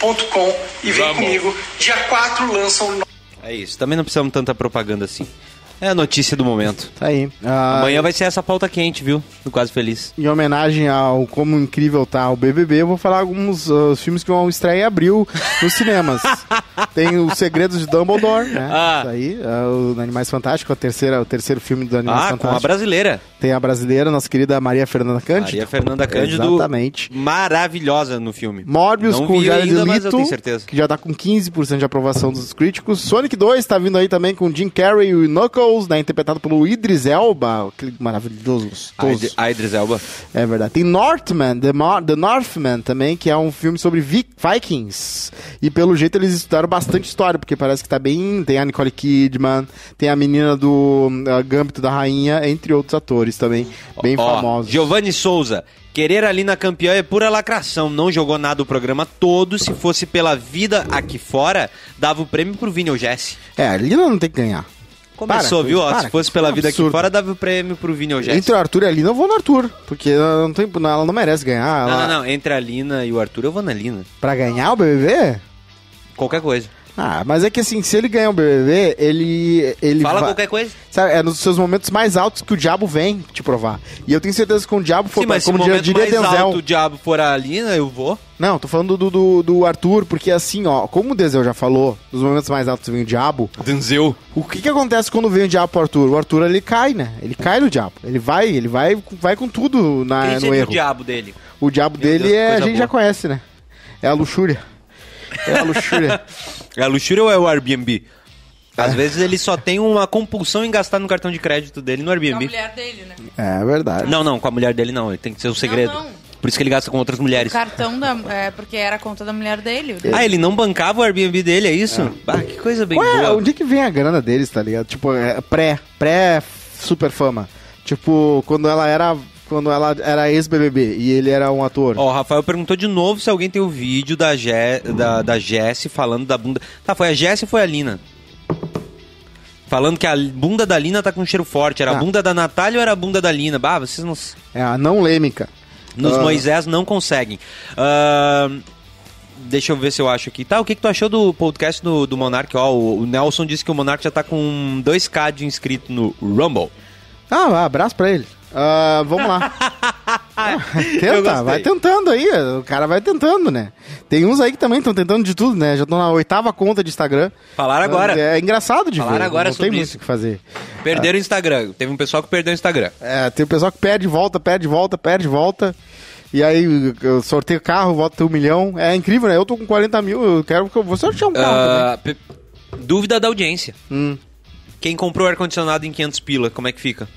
rumble.com e vem comigo. Dia 4 lançam um o É isso, também não precisamos tanta propaganda assim. É a notícia do momento. Tá aí. Ah, Amanhã vai ser essa pauta quente, viu? Do Quase Feliz. Em homenagem ao como incrível tá o BBB, eu vou falar alguns ah, os filmes que vão estrear em abril nos cinemas. Tem os Segredos de Dumbledore, né? Ah. Isso aí. ah, o Animais Fantásticos, a terceira, o terceiro filme dos Animais Ah, com a Fantásticos. brasileira. Tem a brasileira, nossa querida Maria Fernanda Cândido. Maria Fernanda Cândido. Exatamente. Maravilhosa no filme. Morbius Não com vi Jared ainda, Leto, mas eu tenho certeza. que já tá com 15% de aprovação dos críticos. Sonic 2 tá vindo aí também com Jim Carrey e o Knuckles, né, interpretado pelo Idris Elba, aquele maravilhoso. A gostoso. Id- A Idris Elba. É verdade. Tem Northman, The, Mo- The Northman também, que é um filme sobre Vi- Vikings. E pelo jeito eles estudaram bastante história, porque parece que tá bem. Tem a Nicole Kidman, tem a menina do uh, Gâmbito da Rainha, entre outros atores também, bem Ó, famosos. Giovanni Souza. Querer a Lina campeã é pura lacração. Não jogou nada o programa todo. Se fosse pela vida aqui fora, dava o prêmio pro Vini ou Jesse. É, a Lina não tem que ganhar. Começou, Para, viu? Ó, para, se fosse assim? que pela vida um absurdo. aqui fora, dava o prêmio pro Vini ou Jesse. Entre o Arthur e a Lina, eu vou no Arthur, porque ela não, tem, ela não merece ganhar. Não, Ela, não, não. Entre a Lina e o Arthur, eu vou na Lina. Pra ganhar o BBB? Qualquer coisa. Ah, mas é que assim, se ele ganhar o BBB, ele. ele Fala vai- qualquer coisa. Sabe, é nos seus momentos mais altos que o diabo vem te provar. E eu tenho certeza que com o diabo foi Sim, mas se o como momento diria mais Denzel. alto o diabo for a Alina, eu vou. Não, tô falando do, do, do Arthur, porque assim, ó, como o Denzel já falou, nos momentos mais altos vem o diabo. Denzel. O que que acontece quando vem o diabo pro Arthur? O Arthur ele cai, né? Ele cai no diabo. Ele vai, ele vai, vai com tudo na, Quem no seria o Ah, erro. diabo dele? O diabo Meu dele Deus, que é, a coisa gente já boa. conhece, né? É a luxúria. É a luxúria. É a luxúria ou é o Airbnb? É. Às vezes ele só tem uma compulsão em gastar no cartão de crédito dele no Com a Airbnb. mulher dele, né? é verdade. Não, não, com a mulher dele não. Ele tem que ser um segredo. não. Por isso que ele gasta com outras O mulheres. cartão da. É, porque era a conta da mulher dele. Ah, ele não bancava o Airbnb dele, é isso? Bah, que coisa bem Ué, boa. onde é que vem a grana deles, tá ligado? Tipo, é, pré, pré super fama. Tipo, quando ela era, quando ela era ex-BBB e ele era um ator. Ó, o Rafael perguntou de novo se alguém tem o vídeo da, Je da, da Jesse falando da bunda. Tá, foi a Jesse ou foi a Lina? Falando que a bunda da Lina tá com um cheiro forte. Era Ah. a bunda da Natália ou era a bunda da Lina? Bah, vocês não. É a não lêmica. Nos Ah. Moisés não conseguem. Ahn, deixa eu ver se eu acho aqui. Tá, o que, que tu achou do podcast do, do Monark? Ó, o, o Nelson disse que o Monark já tá com 2k de inscrito no Rumble. Ah, abraço pra ele. Ah, vamos lá. Ah, Eu Tenta, gostei. vai tentando aí. O cara vai tentando, né? Tem uns aí que também estão tentando de tudo, né? Já estão na oitava conta de Instagram. Falaram agora. É engraçado de Falaram ver. agora Não sobre tem isso. muito o que fazer. Ah. Perderam o Instagram. Teve um pessoal que perdeu o Instagram. É, tem o pessoal que perde, volta, perde, volta, perde, volta. E aí, eu sorteio carro, volta um milhão. É incrível, né? Eu tô com 40 mil, eu quero que eu vou sortear um carro também. Ah, pe- Dúvida da audiência. Hum. Quem comprou ar-condicionado em 500 pila, como é que fica?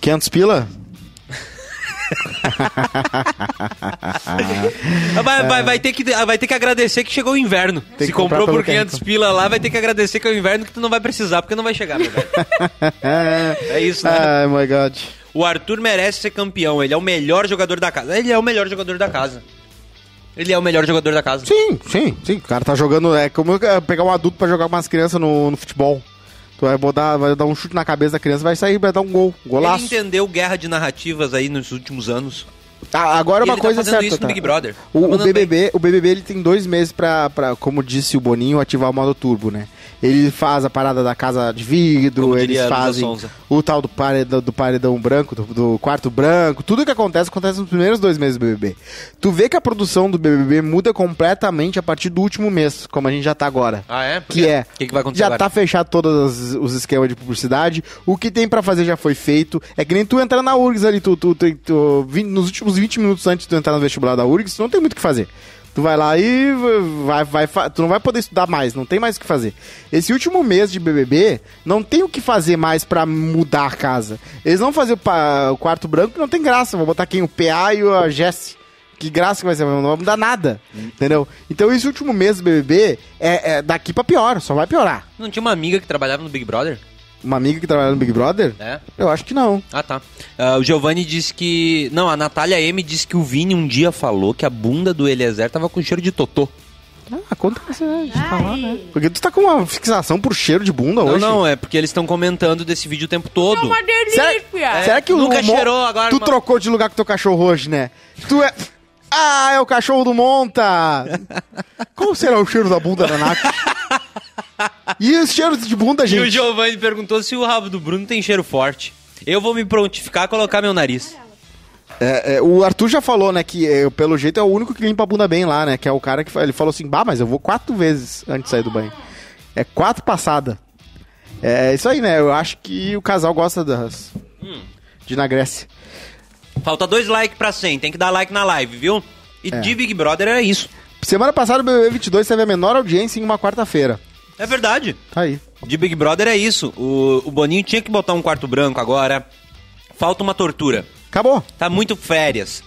500 pila? Ah, Vai, vai- vai ter que, ah, vai ter que agradecer que chegou o inverno. É. Tem Se que comprar comprou pelo por 500 tempo. pila lá, vai ter que agradecer que é o inverno que tu não vai precisar, porque não vai chegar, meu velho. É isso, né? Ai, my God. O Arthur merece ser campeão. Ele é o melhor jogador da casa. Ele é o melhor jogador da casa. Ele é o melhor jogador da casa. Sim, sim, sim. O cara tá jogando. É como eu pegar um adulto pra jogar com umas crianças no, no futebol. Tu vai botar, vai dar um chute na cabeça da criança, vai sair, vai dar um gol. um Ele Golaço. entendeu guerra de narrativas aí nos últimos anos. Ah, agora E uma ele tá coisa é fazendo certa. isso no Big Brother. O, Tá o mandando BBB, o BBB ele tem dois meses pra, pra, como disse o Boninho, ativar o modo turbo, né? Ele faz a parada da casa de vidro, Como eles diria a Luísa fazem Sonza. o tal do paredão, do paredão branco, do, do quarto branco. Tudo que acontece, acontece nos primeiros dois meses do BBB. Tu vê que a produção do BBB muda completamente a partir do último mês, como a gente já tá agora. Ah, é? Por Que quê? é. O que que vai acontecer Já agora? tá fechado todos os- os esquemas de publicidade. O que tem pra fazer já foi feito. É que nem tu entrar na URGS ali, tu, tu, tu- tu- vin- nos últimos 20 minutos antes de tu entrar no vestibular da URGS, tu não tem muito o que fazer. Tu vai lá e vai, vai, fa- tu não vai poder estudar mais, não tem mais o que fazer. Esse último mês de BBB, não tem o que fazer mais pra mudar a casa. Eles vão fazer o, pa- o quarto branco, não tem graça. Vou botar quem? O PA e a Jesse. Que graça que vai ser, não vai mudar nada, entendeu? Então esse último mês do BBB é, é daqui pra pior, só vai piorar. Não tinha uma amiga que trabalhava no Big Brother? Uma amiga que trabalha no Big Brother? É. Eu acho que não. Ah, tá. Ah, o Giovanni disse que. Não, a Natália M disse que o Vini um dia falou que a bunda do Eliezer tava com cheiro de totô. Ah, conta pra você né, de falar, né? Porque tu tá com uma fixação por cheiro de bunda Não, hoje. não, é porque eles estão comentando desse vídeo o tempo todo. Uma delícia. Será, será que o É, Nunca Mon- cheirou agora, Tu mano. trocou de lugar com teu cachorro hoje, né? Tu é. Ah, é o cachorro do Monta! Qual será o cheiro da bunda da Nath? E os cheiros de bunda, E o gente? Giovanni perguntou se o rabo do Bruno tem cheiro forte. Eu vou me prontificar a colocar meu nariz. É, é, o Arthur já falou, né, que é, pelo jeito é o único que limpa a bunda bem lá, né? Que é o cara que fa- ele falou assim, bah, mas eu vou quatro vezes antes de sair do banho. É quatro passada. É isso aí, né? Eu acho que o casal gosta das. De na Grécia. Falta dois likes pra 100, tem que dar like na live, viu? E É. de Big Brother era isso. Semana passada o BBB 22 teve a menor audiência em uma quarta-feira. É verdade. Tá aí. De Big Brother é isso. O, o Boninho tinha que botar um quarto branco agora. Falta uma tortura. Acabou. Tá muito férias.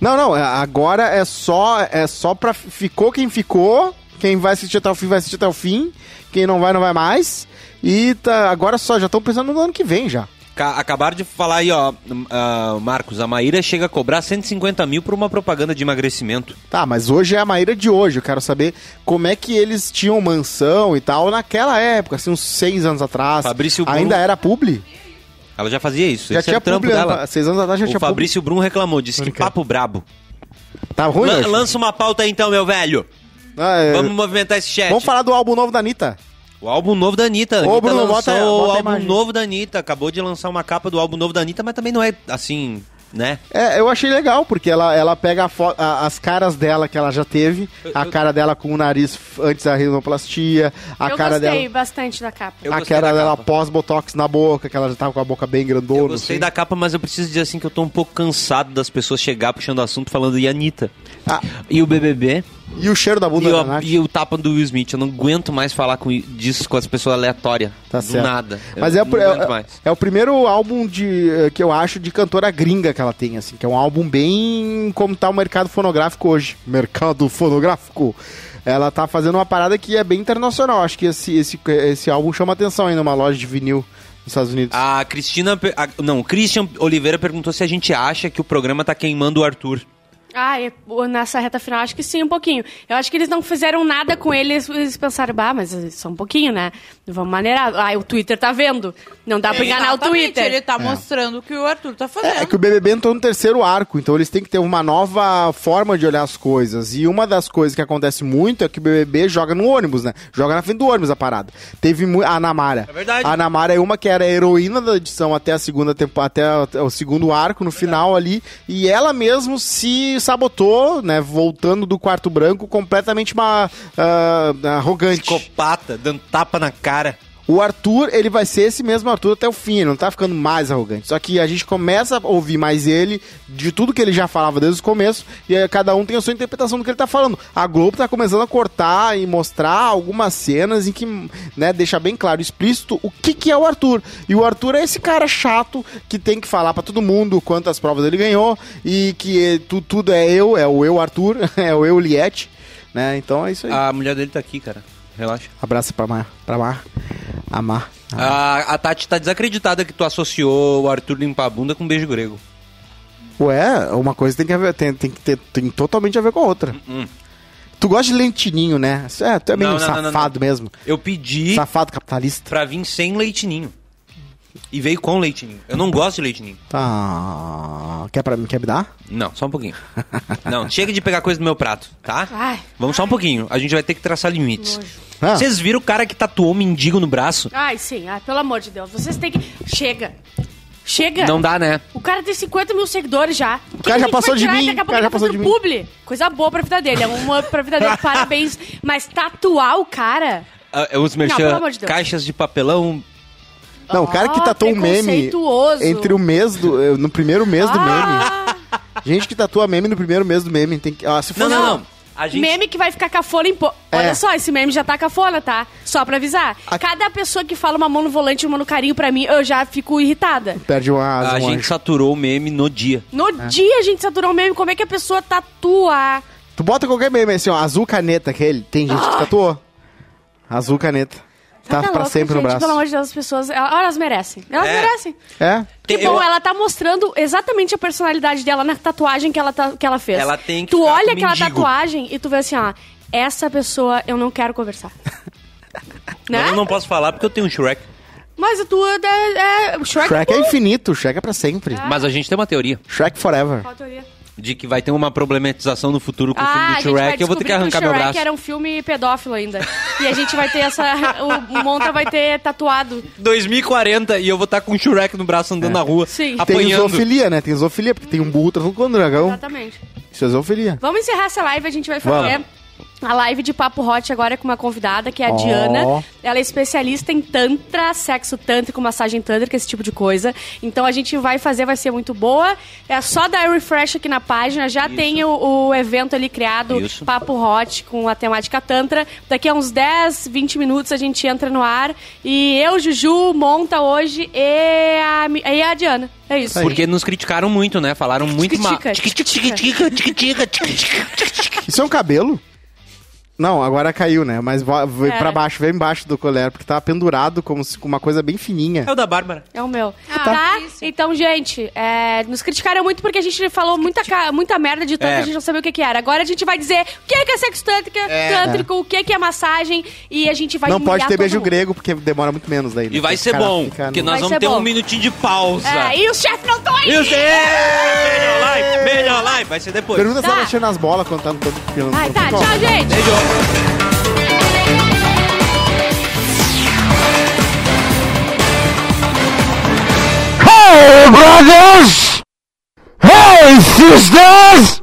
Não, não, é- agora é só é só pra ficou quem ficou, quem vai assistir até o fim vai assistir até o fim, quem não vai não vai mais. E tá, agora só já estão pensando no ano que vem já. Ca- acabaram de falar aí, ó, hum, ah, Marcos, a Maíra chega a cobrar 150 mil por uma propaganda de emagrecimento. Tá, mas hoje é a Maíra de hoje. Eu quero saber como é que eles tinham mansão e tal naquela época, assim, uns seis anos atrás. Fabrício Bruno- Ainda era publi? Ela já fazia isso. já esse era tinha o trampo publi. dela. Dela. Seis anos atrás já O tinha Fabrício Brum reclamou, disse que Brincando. papo brabo. publi. Tá ruim Lan- hoje? lança uma pauta aí então, meu velho. Ah, é. Vamos movimentar esse chat. Vamos falar do álbum novo da Anitta. O álbum novo da Anitta. Ô, Anitta Bruno, lançou bota- bota o a álbum imagem. novo da Anitta. Acabou de lançar uma capa do álbum novo da Anitta, mas também não é assim, né? É, eu achei legal, porque ela, ela pega a fo- a- as caras dela que ela já teve, a cara dela com o nariz f- antes da rinoplastia, a eu cara gostei dela. bastante da capa. Eu a gostei cara da dela capa. pós-botox na boca, que ela já tava com a boca bem grandona. Eu gostei assim. da capa, mas eu preciso dizer assim que eu tô um pouco cansado das pessoas chegar puxando assunto falando e a Anitta. Ah. E o BBB. E o cheiro da E, bunda o- da Nath. e o tapa do Will Smith. Eu não aguento mais falar com, disso com as pessoas aleatórias. Tá do certo. nada. Mas eu é, não o- é- aguento mais. é o primeiro álbum de, eh, que eu acho de cantora gringa que ela tem, assim, que é um álbum bem como tá o mercado fonográfico hoje. Mercado fonográfico. Ela tá fazendo uma parada que é bem internacional. Acho que esse, esse, esse álbum chama atenção aí numa loja de vinil nos Estados Unidos. A Cristina. per- a- não, o Christian Oliveira perguntou se a gente acha que o programa tá queimando o Arthur. Ah, é, pô, nessa reta final, acho que sim, um pouquinho. Eu acho que eles não fizeram nada com ele, eles, eles pensaram, bah, mas é só um pouquinho, né? Vamos maneirar. Ah, o Twitter tá vendo. Não dá pra enganar o Exatamente, Twitter. Ele tá mostrando o que o Arthur tá fazendo. É que o BBB entrou no terceiro arco, então eles têm que ter uma nova forma de olhar as coisas. E uma das coisas que acontece muito é que o BBB joga no ônibus, né? Joga na frente do ônibus a parada. Teve mu- a Namara. É verdade. A Namara é uma que era a heroína da edição até a segunda temporada, até o segundo arco no É final ali, e ela mesmo se sabotou, né, voltando do quarto branco completamente uma ah, arrogante. Psicopata, dando tapa na cara. O Arthur, ele vai ser esse mesmo Arthur até o fim, ele não tá ficando mais arrogante. Só que a gente começa a ouvir mais ele, de tudo que ele já falava desde o começo, e aí cada um tem a sua interpretação do que ele tá falando. A Globo tá começando a cortar e mostrar algumas cenas em que, né, deixa bem claro, explícito, o que que é o Arthur. E o Arthur é esse cara chato que tem que falar pra todo mundo quantas provas ele ganhou, e que tu- tudo é eu, é o eu Arthur, é o eu Liette, né, então é isso aí. A mulher dele tá aqui, cara. Relaxa. Abraço pra Mar, pra Mar, Amar. A, a Tati tá desacreditada que tu associou o Arthur limpar a bunda com um beijo grego. Ué, uma coisa tem que haver, tem, tem que ter, tem totalmente a ver com a outra. Tu gosta de lentininho, né? Isso É, tu é meio Hum, Não, não, não, safado não, mesmo. Eu pedi Safado capitalista. pra vir sem leitinho. E veio com leitinho. Eu não gosto de leitinho. Tá. Quer pra mim, quer me dar? Não, só um pouquinho. Não, chega de pegar coisa do meu prato, tá? Ai. Vamos só um pouquinho. A gente vai ter que traçar limites. Ah. Vocês viram o cara que tatuou mendigo no braço? Ai, sim, ai, pelo amor de Deus. Vocês têm que. Chega! Chega! Não dá, né? O cara tem 50 mil seguidores já. O cara já passou de mim, Daqui a o pouco cara já ele vai passou de fazer mim. publi. Coisa boa pra vida dele. É uma pra vida dele, parabéns. Mas tatuar o cara. Ah, é Os Não, pelo merchan, amor de Deus. caixas de papelão. Não, o cara que Ah, tatuou um meme preconceituoso. entre o mês do. eh, No primeiro mês do meme. Ah, Gente que tatua meme no primeiro mês do meme. Tem que, ah, se Não, fosse- não, não. A gente... Meme que vai ficar cafona em po... É. Olha só, esse meme já tá cafona, tá? Só pra avisar. A- Cada pessoa que fala uma mão no volante e uma no carinho pra mim, eu já fico irritada. Perde uma asa, A um gente anjo. saturou o meme no dia. No É. dia a gente saturou o meme, como é que a pessoa tatua? Tu bota qualquer meme assim, ó. Azul caneta, aquele. Tem gente Ah! que tatuou. Azul caneta. Tá, pra louca, sempre gente, no braço. Pelo amor de Deus, as pessoas. Elas elas merecem. Elas É. merecem. É? Que Eu- bom, ela tá mostrando exatamente a personalidade dela na tatuagem que ela, tá- que ela fez. Ela tem que Tu ficar com olha aquela mendigo. tatuagem e tu vê assim, ó. Essa pessoa eu não quero conversar. né? Mas eu não posso falar porque eu tenho um Shrek. Mas a tua é, é, o Shrek. Shrek é infinito, Shrek é pra Ah, sempre. Mas a gente tem uma teoria Shrek forever. Qual a teoria? de que vai ter uma problematização no futuro com Ah, o a filme gente do vai Shrek. Eu vou ter que descobrir arrancar que o meu Shrek braço. era um filme pedófilo ainda. E a gente vai ter essa... O Monta vai ter tatuado. 2040 e eu vou estar com o Shrek no braço andando na rua, Sim. É. Tem apanhando. zoofilia, né? Tem zoofilia, porque tem um burro transando com um dragão. Exatamente. Isso é zoofilia. Vamos encerrar essa live, a gente vai fazer Vamos. a live de Papo Hot agora com uma convidada, que é a Ó. Diana. Ela é especialista em tantra, sexo tântrico, massagem tântrica, esse tipo de coisa. Então a gente vai fazer, vai ser muito boa. É só dar refresh aqui na página, já tem o, o evento ali criado, Isso. Papo Hot, com a temática tantra. Daqui a uns 10, 20 minutos a gente entra no ar. E eu, Juju, monta hoje e a, mi- e a Diana. É isso. Porque nos criticaram muito, né? Falaram muito mal. Tica, tica, tica. Isso é um cabelo? Não, agora caiu, né? Mas vo- veio É. pra baixo, veio embaixo do colher, porque tava pendurado como se, com uma coisa bem fininha. É o da Bárbara. É o meu. Ah, tá? difícil. Então, gente, é, nos criticaram muito porque a gente falou muita, ca- muita merda de tanto É. que a gente não sabia o que, que era. Agora a gente vai dizer o que é, que é sexo tântrica, tântrico, o que é, que é massagem e a gente vai Não pode humilhar ter todo beijo mundo. grego, porque demora muito menos daí. né? E vai Porque o ser cara bom, fica porque no- nós Vai vamos ser ter um bom. minutinho de pausa. É, e o chefe não tá aí! Isso aí! Melhor live, melhor live! vai, vai ser depois. Pergunta se Tá. ela mexendo nas bolas quando tá no campo. porque eu não- Ai, não tá, fico- tchau, gente! Hey, brothers! Hey, sisters!